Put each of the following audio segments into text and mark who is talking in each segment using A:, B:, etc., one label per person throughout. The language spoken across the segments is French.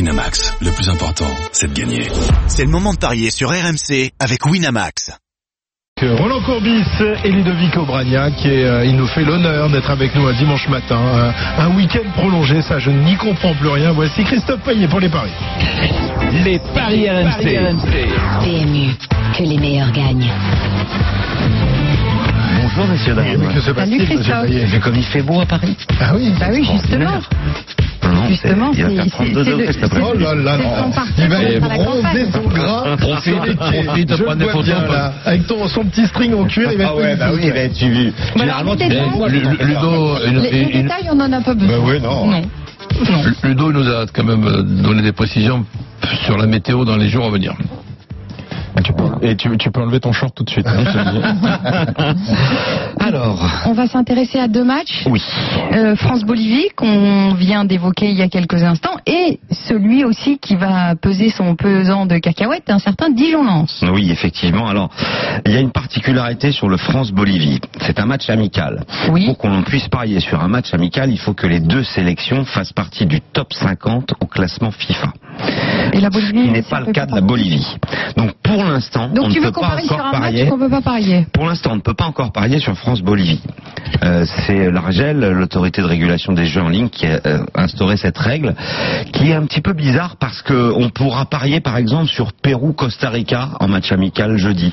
A: Winamax, le plus important, c'est de gagner.
B: C'est le moment de parier sur RMC avec Winamax.
C: Roland Courbis et Ludovic Obrania qui est, euh, il nous fait l'honneur d'être avec nous un dimanche matin. Euh, un week-end prolongé, ça je n'y comprends plus rien. Voici Christophe Payet pour les paris.
D: Les paris RMC.
E: PMU, que les meilleurs gagnent.
F: Bonjour messieurs dames.
C: Eh Que se passe-t-il,
G: Salut,
C: monsieur
G: Christophe.
C: Payet
F: Mais comme il fait beau à Paris.
C: Ah oui
G: Bah oui, justement.
F: Non,
G: Justement,
F: c'est- il va
G: c'est-
F: faire 32
G: c'est-
F: degrés
G: c'est
F: cet
G: le-
F: après-midi.
C: Oh là là, Eh ben,
G: C'est
C: là.
G: son parti
C: il va
G: pour
C: être
G: la campagne.
C: bronzé son gras.
F: Profite, profite,
C: je
F: prends
C: le
F: des
C: vois
F: photos,
C: bien,
F: prends-
C: là, avec ton- son petit string en cuir,
F: Ah
C: il va être magnifique.
F: va être suivi.
G: Généralement, tu détails.
F: Lu- bah Lu- Ludo, une-
G: Les, les
F: une-
G: détails, on n'en a pas besoin.
F: Ben
C: Bah ouais, non.
G: Non.
F: Ludo nous a quand même euh, donné des précisions sur la météo dans les jours à venir.
C: Et tu, peux enlever ton short tout de suite.
F: Alors,
G: On va s'intéresser à deux matchs.
F: oui.
G: Euh, France-Bolivie, qu'on vient d'évoquer il y a quelques instants, et celui aussi qui va peser son pesant de cacahuètes, un certain Dijon-Lens.
F: Oui, effectivement. Alors, il y a une particularité sur le France-Bolivie. C'est un match amical.
G: Oui.
F: Pour qu'on puisse parier sur un match amical, il faut que les deux sélections fassent partie du top 50 au classement FIFA.
G: Et la Bolivie.
F: Il n'est
G: ça
F: pas
G: peut
F: le cas de
G: pas-
F: la Bolivie. Donc, pour l'instant,
G: Donc
F: on
G: tu
F: ne
G: veux
F: peut
G: qu'on
F: pas
G: parie sur
F: encore
G: un
F: parier.
G: match qu'on peut pas parier
F: Pour l'instant, on ne peut pas encore parier sur France-Bolivie. Euh, c'est l'ARGEL, l'autorité de régulation des jeux en ligne, qui a euh, instauré cette règle, qui est un petit peu bizarre parce que on pourra parier, par exemple, sur Pérou-Costa Rica en match amical jeudi.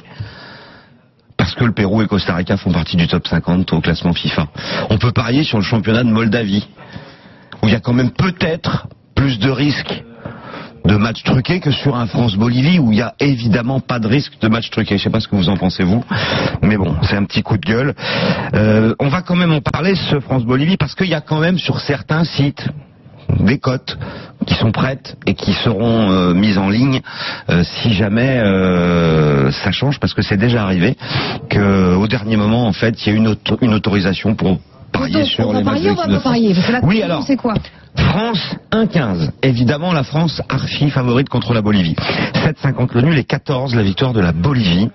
F: Parce que le Pérou et Costa Rica font partie du top 50 au classement FIFA. On peut parier sur le championnat de Moldavie, où il y a quand même peut-être plus de risques de matchs truqués que sur un France-Bolivie où il n'y a évidemment pas de risque de match truqué. Je sais pas ce que vous en pensez vous, mais bon, c'est un petit coup de gueule. Euh, on va quand même en parler ce France-Bolivie parce qu'il y a quand même sur certains sites des cotes qui sont prêtes et qui seront euh, mises en ligne euh, si jamais euh, ça change parce que c'est déjà arrivé que au dernier moment en fait il y a une, auto- une autorisation pour parier
G: Donc,
F: sur
G: on va
F: les matchs de
G: parier ou on va
F: l'équipe de
G: pas
F: France.
G: parier Parce que là,
F: Oui,
G: tout le monde
F: alors.
G: sait quoi
F: France 1-15. Évidemment, la France archi favorite contre la Bolivie. 7-50 le nul et 14 la victoire de la Bolivie.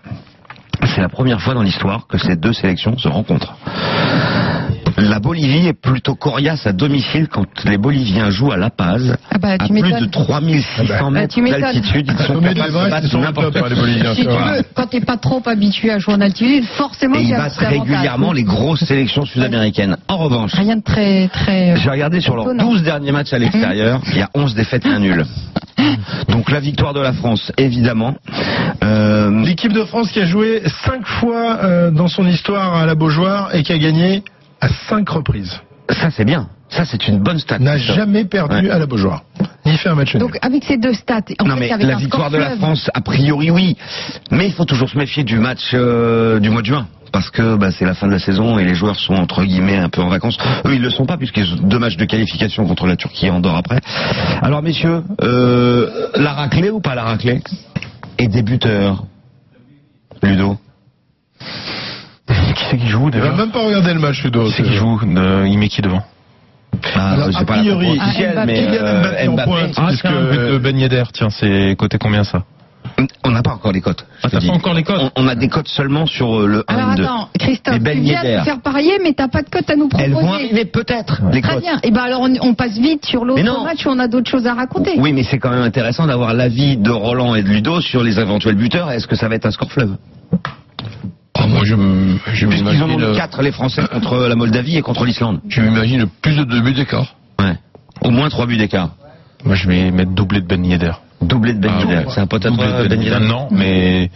F: C'est la première fois dans l'histoire que ces deux sélections se rencontrent. La Bolivie est plutôt coriace à domicile quand les Boliviens jouent à La Paz.
G: Ah bah,
F: À
G: tu
F: plus de
G: m'étonnes.
F: 3600
G: Bah,
F: mètres
G: tu m'étonnes.
F: d'altitude, ils sont
C: Sommet
F: capables
C: des
F: de
C: Vosges,
F: battre
C: ils sont au
F: n'importe
C: top, hein, les Boliviens,
G: Si
C: ça
G: tu
C: va.
G: veux, quand t'es pas trop habitué à jouer en altitude, forcément
F: Et
G: il y
F: ils
G: a
F: battent
G: cet avantage.
F: régulièrement les grosses sélections sud-américaines. En revanche,
G: Rien de très très.
F: J'ai regardé sur leurs
G: Étonnant.
F: 12 derniers matchs à l'extérieur, il y a 11 défaites et un nul. Donc la victoire de la France, évidemment. Euh,
C: L'équipe de France qui a joué cinq fois euh, dans son histoire à la Beaujoire et qui a gagné à cinq reprises.
F: ça c'est bien. Ça c'est une bonne stat.
C: N'a jamais perdu
F: Ouais.
C: à la Beaujoire. Ni fait un match nul.
G: Donc avec ces deux stats, en
F: Non
G: fait,
F: mais
G: avec
F: la
G: un
F: victoire
G: score
F: de la
G: fleuve,
F: France, a priori oui. Mais il faut toujours se méfier du match euh, du mois de juin. Parce que bah, c'est la fin de la saison et les joueurs sont entre guillemets un peu en vacances. Eux, ils le sont pas puisqu'ils ont deux matchs de qualification contre la Turquie et Andorre après. Alors messieurs, euh, la raclée ou pas la raclée Et des buteurs Ludo
H: Qui c'est qui joue
C: Il va
H: déjà
C: même pas regarder le match, Ludo.
H: Qui c'est qui joue Euh, Il met qui devant
F: Ah,
C: Alors,
F: j'ai
C: a
F: pas la
C: priori,
F: réponse
G: Ah,
F: officielle,
G: Mbappé.
F: mais euh,
C: Kylian Mbappé en
F: Mbappé.
C: pointe.
H: Ah,
C: Parce
H: tiens,
C: que-
H: but de Ben Yedder, tiens, c'est côté combien ça
F: ah, On n'a pas encore les cotes. je
H: Ah,
F: te
H: t'as
F: dis.
H: pas encore les cotes
F: on, on a des cotes seulement sur euh, le 1
G: Alors
F: et 2.
G: attends, Christophe,
F: Et Ben
G: tu viens de
F: Yedder.
G: nous faire parier, mais t'as pas de cote à nous
F: Elles vont
G: proposer.
F: arriver peut-être, les
G: Très
F: cotes.
G: bien. Et ben alors on, on passe vite sur
F: Mais
G: l'autre
F: non.
G: match où on a d'autres choses à raconter.
F: Oui, mais c'est quand même intéressant d'avoir l'avis de Roland et de Ludo sur les éventuels buteurs. Est-ce que ça va être un score fleuve
H: Moi, je me- je
F: Puisqu'ils en ont
H: m'imagine
F: mis
H: euh,
F: 4, les Français, contre la Moldavie et contre l'Islande.
H: je m'imagine plus de deux buts d'écart.
F: Ouais. Au moins 3 buts d'écart.
H: Moi, je vais mettre doublé de Ben Yedder.
F: Doublé de Ben
H: Ah,
F: Yedder.
H: ouais.
F: C'est un pote à
H: Doublé
F: toi,
H: de
F: Ben Yedder
H: Non, mais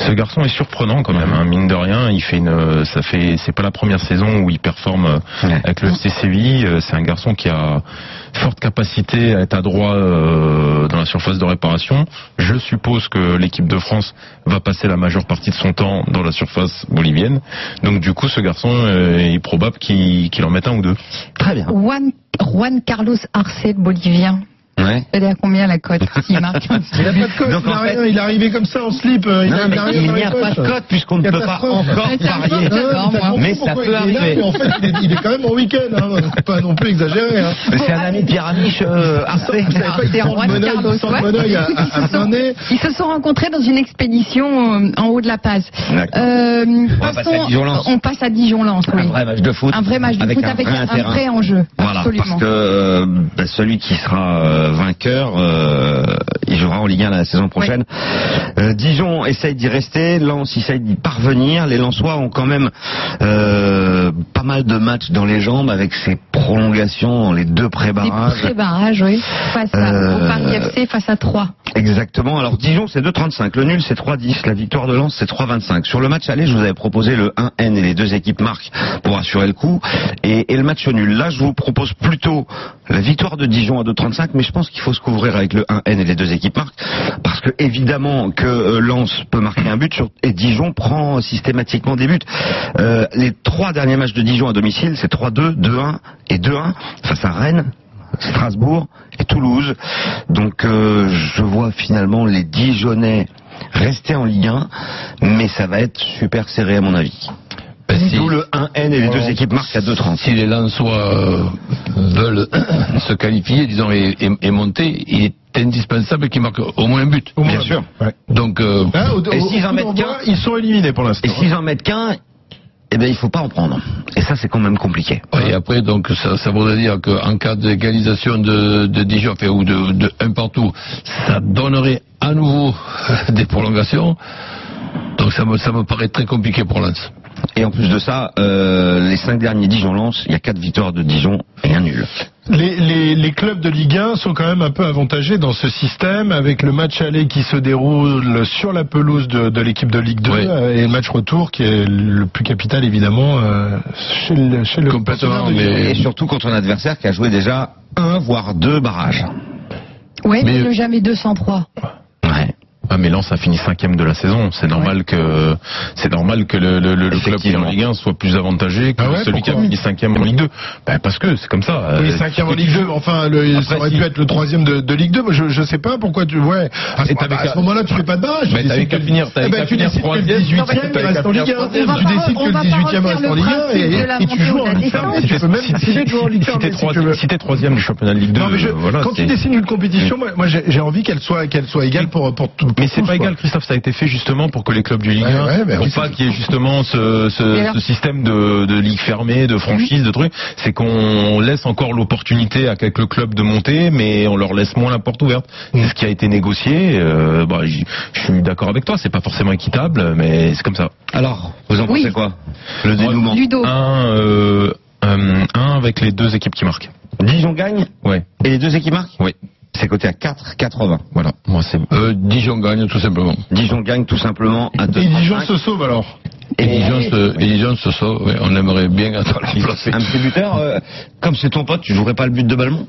H: ce garçon est surprenant quand même. hein. Mine de rien, il fait une, euh, ça fait, c'est pas la première saison où il performe euh,
F: Ouais.
H: avec le FC Séville. Euh, C'est un garçon qui a forte capacité à être adroit euh, dans la surface de réparation. Je suppose que l'équipe de France va passer la majeure partie de son temps dans la surface bolivienne. Donc du coup, ce garçon euh, il est probable qu'il qu'il en mette un ou deux.
F: Très bien.
G: Juan, Juan Carlos Arce, le bolivien.
F: Ouais.
G: Elle est à combien la cote S'il marque.
C: Il a pas de cote,
F: Donc,
C: il a
F: en
C: rien,
F: fait-
C: il est arrivé comme ça en slip, euh, il
F: Non,
C: a,
F: mais
C: il a rien
F: il
C: dans Ah,
F: n'y
C: les
F: a pas de
C: poches.
F: cote puisqu'on ne peut pas
C: Catastrophe.
F: encore
G: Mais c'est un
F: parier.
G: joueur de-
C: Non, mais t'as compris
F: Mais ça
C: pourquoi
F: peut
C: hein, il est là,
F: arriver.
C: mais en fait, il est, il est quand même en week-end, hein, c'est pas non plus exagéré. Hein.
F: Mais C'est un ami de Pierre Amiche, euh, Arce.
C: Vous savez pas, il
G: C'est
C: sort
G: Juan
C: de Monoeil,
G: Carlos,
C: il sort de
G: ouais.
C: Monoeil à, à, à
G: Ils
C: plein
G: se sont-
C: nez.
G: Ils se sont rencontrés dans une expédition euh, en haut de la Paz.
F: D'accord.
G: Euh,
F: va passer à
G: passons-
F: Dijon-Lens.
G: on passe à Dijon-Lens.
F: Un
G: oui.
F: vrai match de foot.
G: Un vrai match de foot avec un,
F: terrain.
G: vrai enjeu.
F: Voilà,
G: absolument.
F: parce que euh, bah, celui qui sera euh, vainqueur, euh, il jouera en Ligue 1 la saison prochaine. Euh, Dijon essaye d'y rester, Lens essaye d'y parvenir. Les Lensois ont quand même euh, pas mal de matchs dans les jambes avec ces prolongations, les deux
G: Des
F: pré-barrages.
G: pré-barrages, oui. Face à,
F: Euh,
G: au Paris FC, face à 3.
F: Exactement. Alors Dijon c'est 2,35, le nul c'est 3,10, la victoire de Lens c'est 3,25. Sur le match aller, je vous avais proposé le 1N et les deux équipes marquent pour assurer le coup et, et le match nul. Là, je vous propose plutôt la victoire de Dijon à 2,35, mais je pense qu'il faut se couvrir avec le 1N et les deux équipes marquent parce que évidemment que euh, Lens peut marquer un but sur- et Dijon prend systématiquement des buts. Euh, les trois derniers matchs de Dijon à domicile, c'est 3-2, 2-1 et 2-1 face à Rennes. Strasbourg et Toulouse. Donc euh, je vois finalement les Dijonais rester en Ligue 1, mais ça va être super serré à mon avis. D'où le 1N et les deux équipes marquent à 2,30.
D: Bah, Si les Lensois euh, veulent euh, se qualifier, disons, et, et- et monter, il est indispensable qu'ils marquent au moins un but.
C: Au moins.
F: Bien sûr.
C: Ouais.
D: Donc, euh,
C: Hein,
H: Ah
C: au-
F: Et
C: au-
F: s'ils en
C: au coup
F: mettent
C: d'envoi,
F: qu'un
C: ils sont éliminés pour
F: Et
C: l'instant.
F: s'ils en mettent qu'un, eh ben il faut pas en prendre. Et ça c'est quand même compliqué.
D: et après, donc, ça, ça voudrait dire qu'en cas d'égalisation de, de Dijon, enfin, ou de, de un partout, ça donnerait à nouveau des prolongations. Donc, ça me, ça me paraît très compliqué pour Lens.
F: Et en plus de ça, euh, les cinq derniers Dijon-Lens, il y a quatre victoires de Dijon et un nul.
C: Les, les- les clubs de Ligue 1 sont quand même un peu avantagés dans ce système avec le match aller qui se déroule sur la pelouse de, de l'équipe de Ligue 2
D: Oui.
C: euh, et le match retour qui est le plus capital évidemment euh, chez le, chez le
D: Complètement,
C: partenaire de Ligue 1.
D: mais-
F: Et surtout contre un adversaire qui a joué déjà un voire deux barrages.
G: Oui, mais,
D: Mais-
G: le jamais 203.
F: Ouais.
H: Ah mais Lens a fini cinquième de la saison. C'est normal que c'est normal que le, le- le- le club qui est en
F: Effectivement.
H: Ligue 1 soit plus avantagé que
C: Ah ouais,
H: celui qui a
C: pourquoi
H: fini cinquième en Ligue 2. Ben parce que c'est comme ça.
C: Oui,
H: Euh,
C: cinquième en Ligue 2, enfin, le, ça
H: Après,
C: aurait
H: si-
C: pu être le troisième de, de Ligue 2, mais je, je sais pas pourquoi tu, ouais, à ce,
H: Et t'avais
C: à ce
H: qu'à-
C: moment-là, tu fais pas de barrage.
H: Mais
C: tu
H: t'avais
C: décides
H: qu'à
C: que-
H: finir, t'avais
C: Eh ben,
H: qu'à
C: tu
H: finir
C: décides que le
H: troisième,
C: 18e
H: t'avais
C: reste
H: qu'à
C: en Ligue
H: finir
C: 1.
G: troisième. On va
C: Tu
G: pas
C: décides que
G: refaire
C: le
G: le
C: 18e reste en Ligue 1
G: principe de
C: et,
G: la
C: et tu
G: montée
C: joues
G: ou
C: en
G: de la
C: Ligue 1.
G: descente.
C: Tu peux même décider de jouer en Ligue 1
H: Si t'es troisième, si t'es troisième du championnat de Ligue 2,
C: non mais je,
H: euh, voilà,
C: quand tu
H: c'est- Mm.
C: dessines une compétition, moi, moi, j'ai j'ai envie qu'elle soit qu'elle soit égale pour pour tout.
H: Mais
C: pour
H: c'est
C: tous,
H: pas
C: quoi.
H: égal, Christophe. Ça a été fait justement pour que les clubs du Ligue
C: Ouais,
H: 1,
C: ouais, bah
H: pour
C: oui,
H: pas
C: c'est-
H: qu'il y ait justement ce,
G: Mais
H: ce,
G: alors-
H: ce système de, de ligue fermée, de franchise, de trucs. C'est qu'on laisse encore l'opportunité à quelques clubs de monter, mais on leur laisse moins la porte ouverte.
C: Mm.
H: C'est ce qui a été négocié. Euh, bah, j- je suis d'accord avec toi. C'est pas forcément équitable, mais c'est comme ça.
F: Alors, vous en
G: Oui.
F: pensez quoi Le dénouement.
G: Ludo.
H: Un, euh, euh, un avec les deux équipes qui marquent.
F: Dijon gagne
H: Ouais,
F: et les deux équipes marquent
H: Oui.
F: C'est coté à 4,80.
H: voilà. Moi, c'est
D: Euh, Dijon gagne, tout simplement.
F: Dijon gagne tout simplement à 2,35.
C: Et Dijon se sauve alors.
D: Et Dijon se, et Dijon se sauve, ouais, on aimerait bien être à leur place.
F: Un petit buteur, euh, comme c'est ton pote, tu jouerais pas le but de Balmont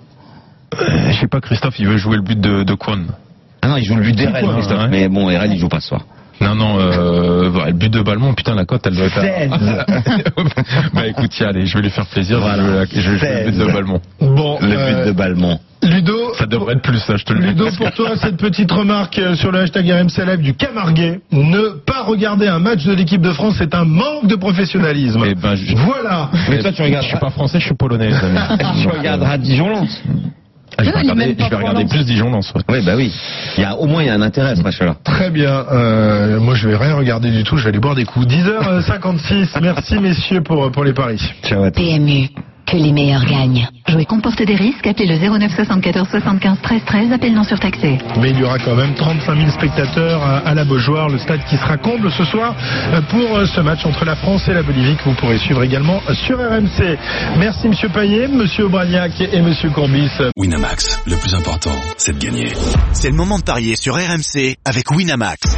H: Euh, Je sais pas, Christophe, il veut jouer le but de, de Kwan.
F: Ah non, il joue le but d'Eren,
H: quoi,
F: Christophe.
H: hein.
F: Mais bon, Eren, il joue pas ce soir.
H: Non, non, euh, voilà, le but de Balmont, putain, la cote, elle doit être à... bah écoute, tiens, allez, je vais lui faire plaisir,
F: Voilà.
H: je vais la- je vais jouer le but de
F: Seize.
H: Balmont.
C: Bon,
F: Le
C: euh,
F: but de Balmont.
C: Ludo.
H: Ça devrait être plus, ça, je te le dis.
C: Ludo, pour toi, cette petite remarque euh, sur le hashtag RMC Live du Camarguais. Ne pas regarder un match de l'équipe de France, c'est un manque de professionnalisme.
H: Eh ben, je...
C: Voilà.
F: Mais toi, tu regardes
H: Je suis
F: pas-
H: pas français, je suis polonais, les amis.
F: Tu
H: Donc, euh,
F: regarderas Dijon-Lance.
H: ah, je
G: Non,
H: vais
G: il est
H: regarder,
G: même pas
H: je vais regarder
G: polonais.
H: plus Dijon-Lens, ouais.
F: Oui, bah oui. Il y a, au moins, il y a un intérêt à ce match-là.
C: Très bien. Euh, moi, je vais rien regarder du tout. Je vais aller boire des coups. 10h56. Merci, messieurs, pour, pour les paris.
F: Ciao à tous.
E: PMU, que les meilleurs gagnent.
G: Jouer comporte des risques. Appelez le 09 74 75 13 13. Appel non surtaxé.
C: Mais il y aura quand même 35 000 spectateurs à- à la Beaujoire, le stade qui sera comble ce soir euh, pour euh, ce match entre la France et la Bolivie que vous pourrez suivre également sur RMC. Merci Monsieur Payet, Monsieur Aubragnac et Monsieur Courbis. euh,
A: Winamax, le plus important, c'est de gagner.
B: C'est le moment de parier sur RMC avec Winamax.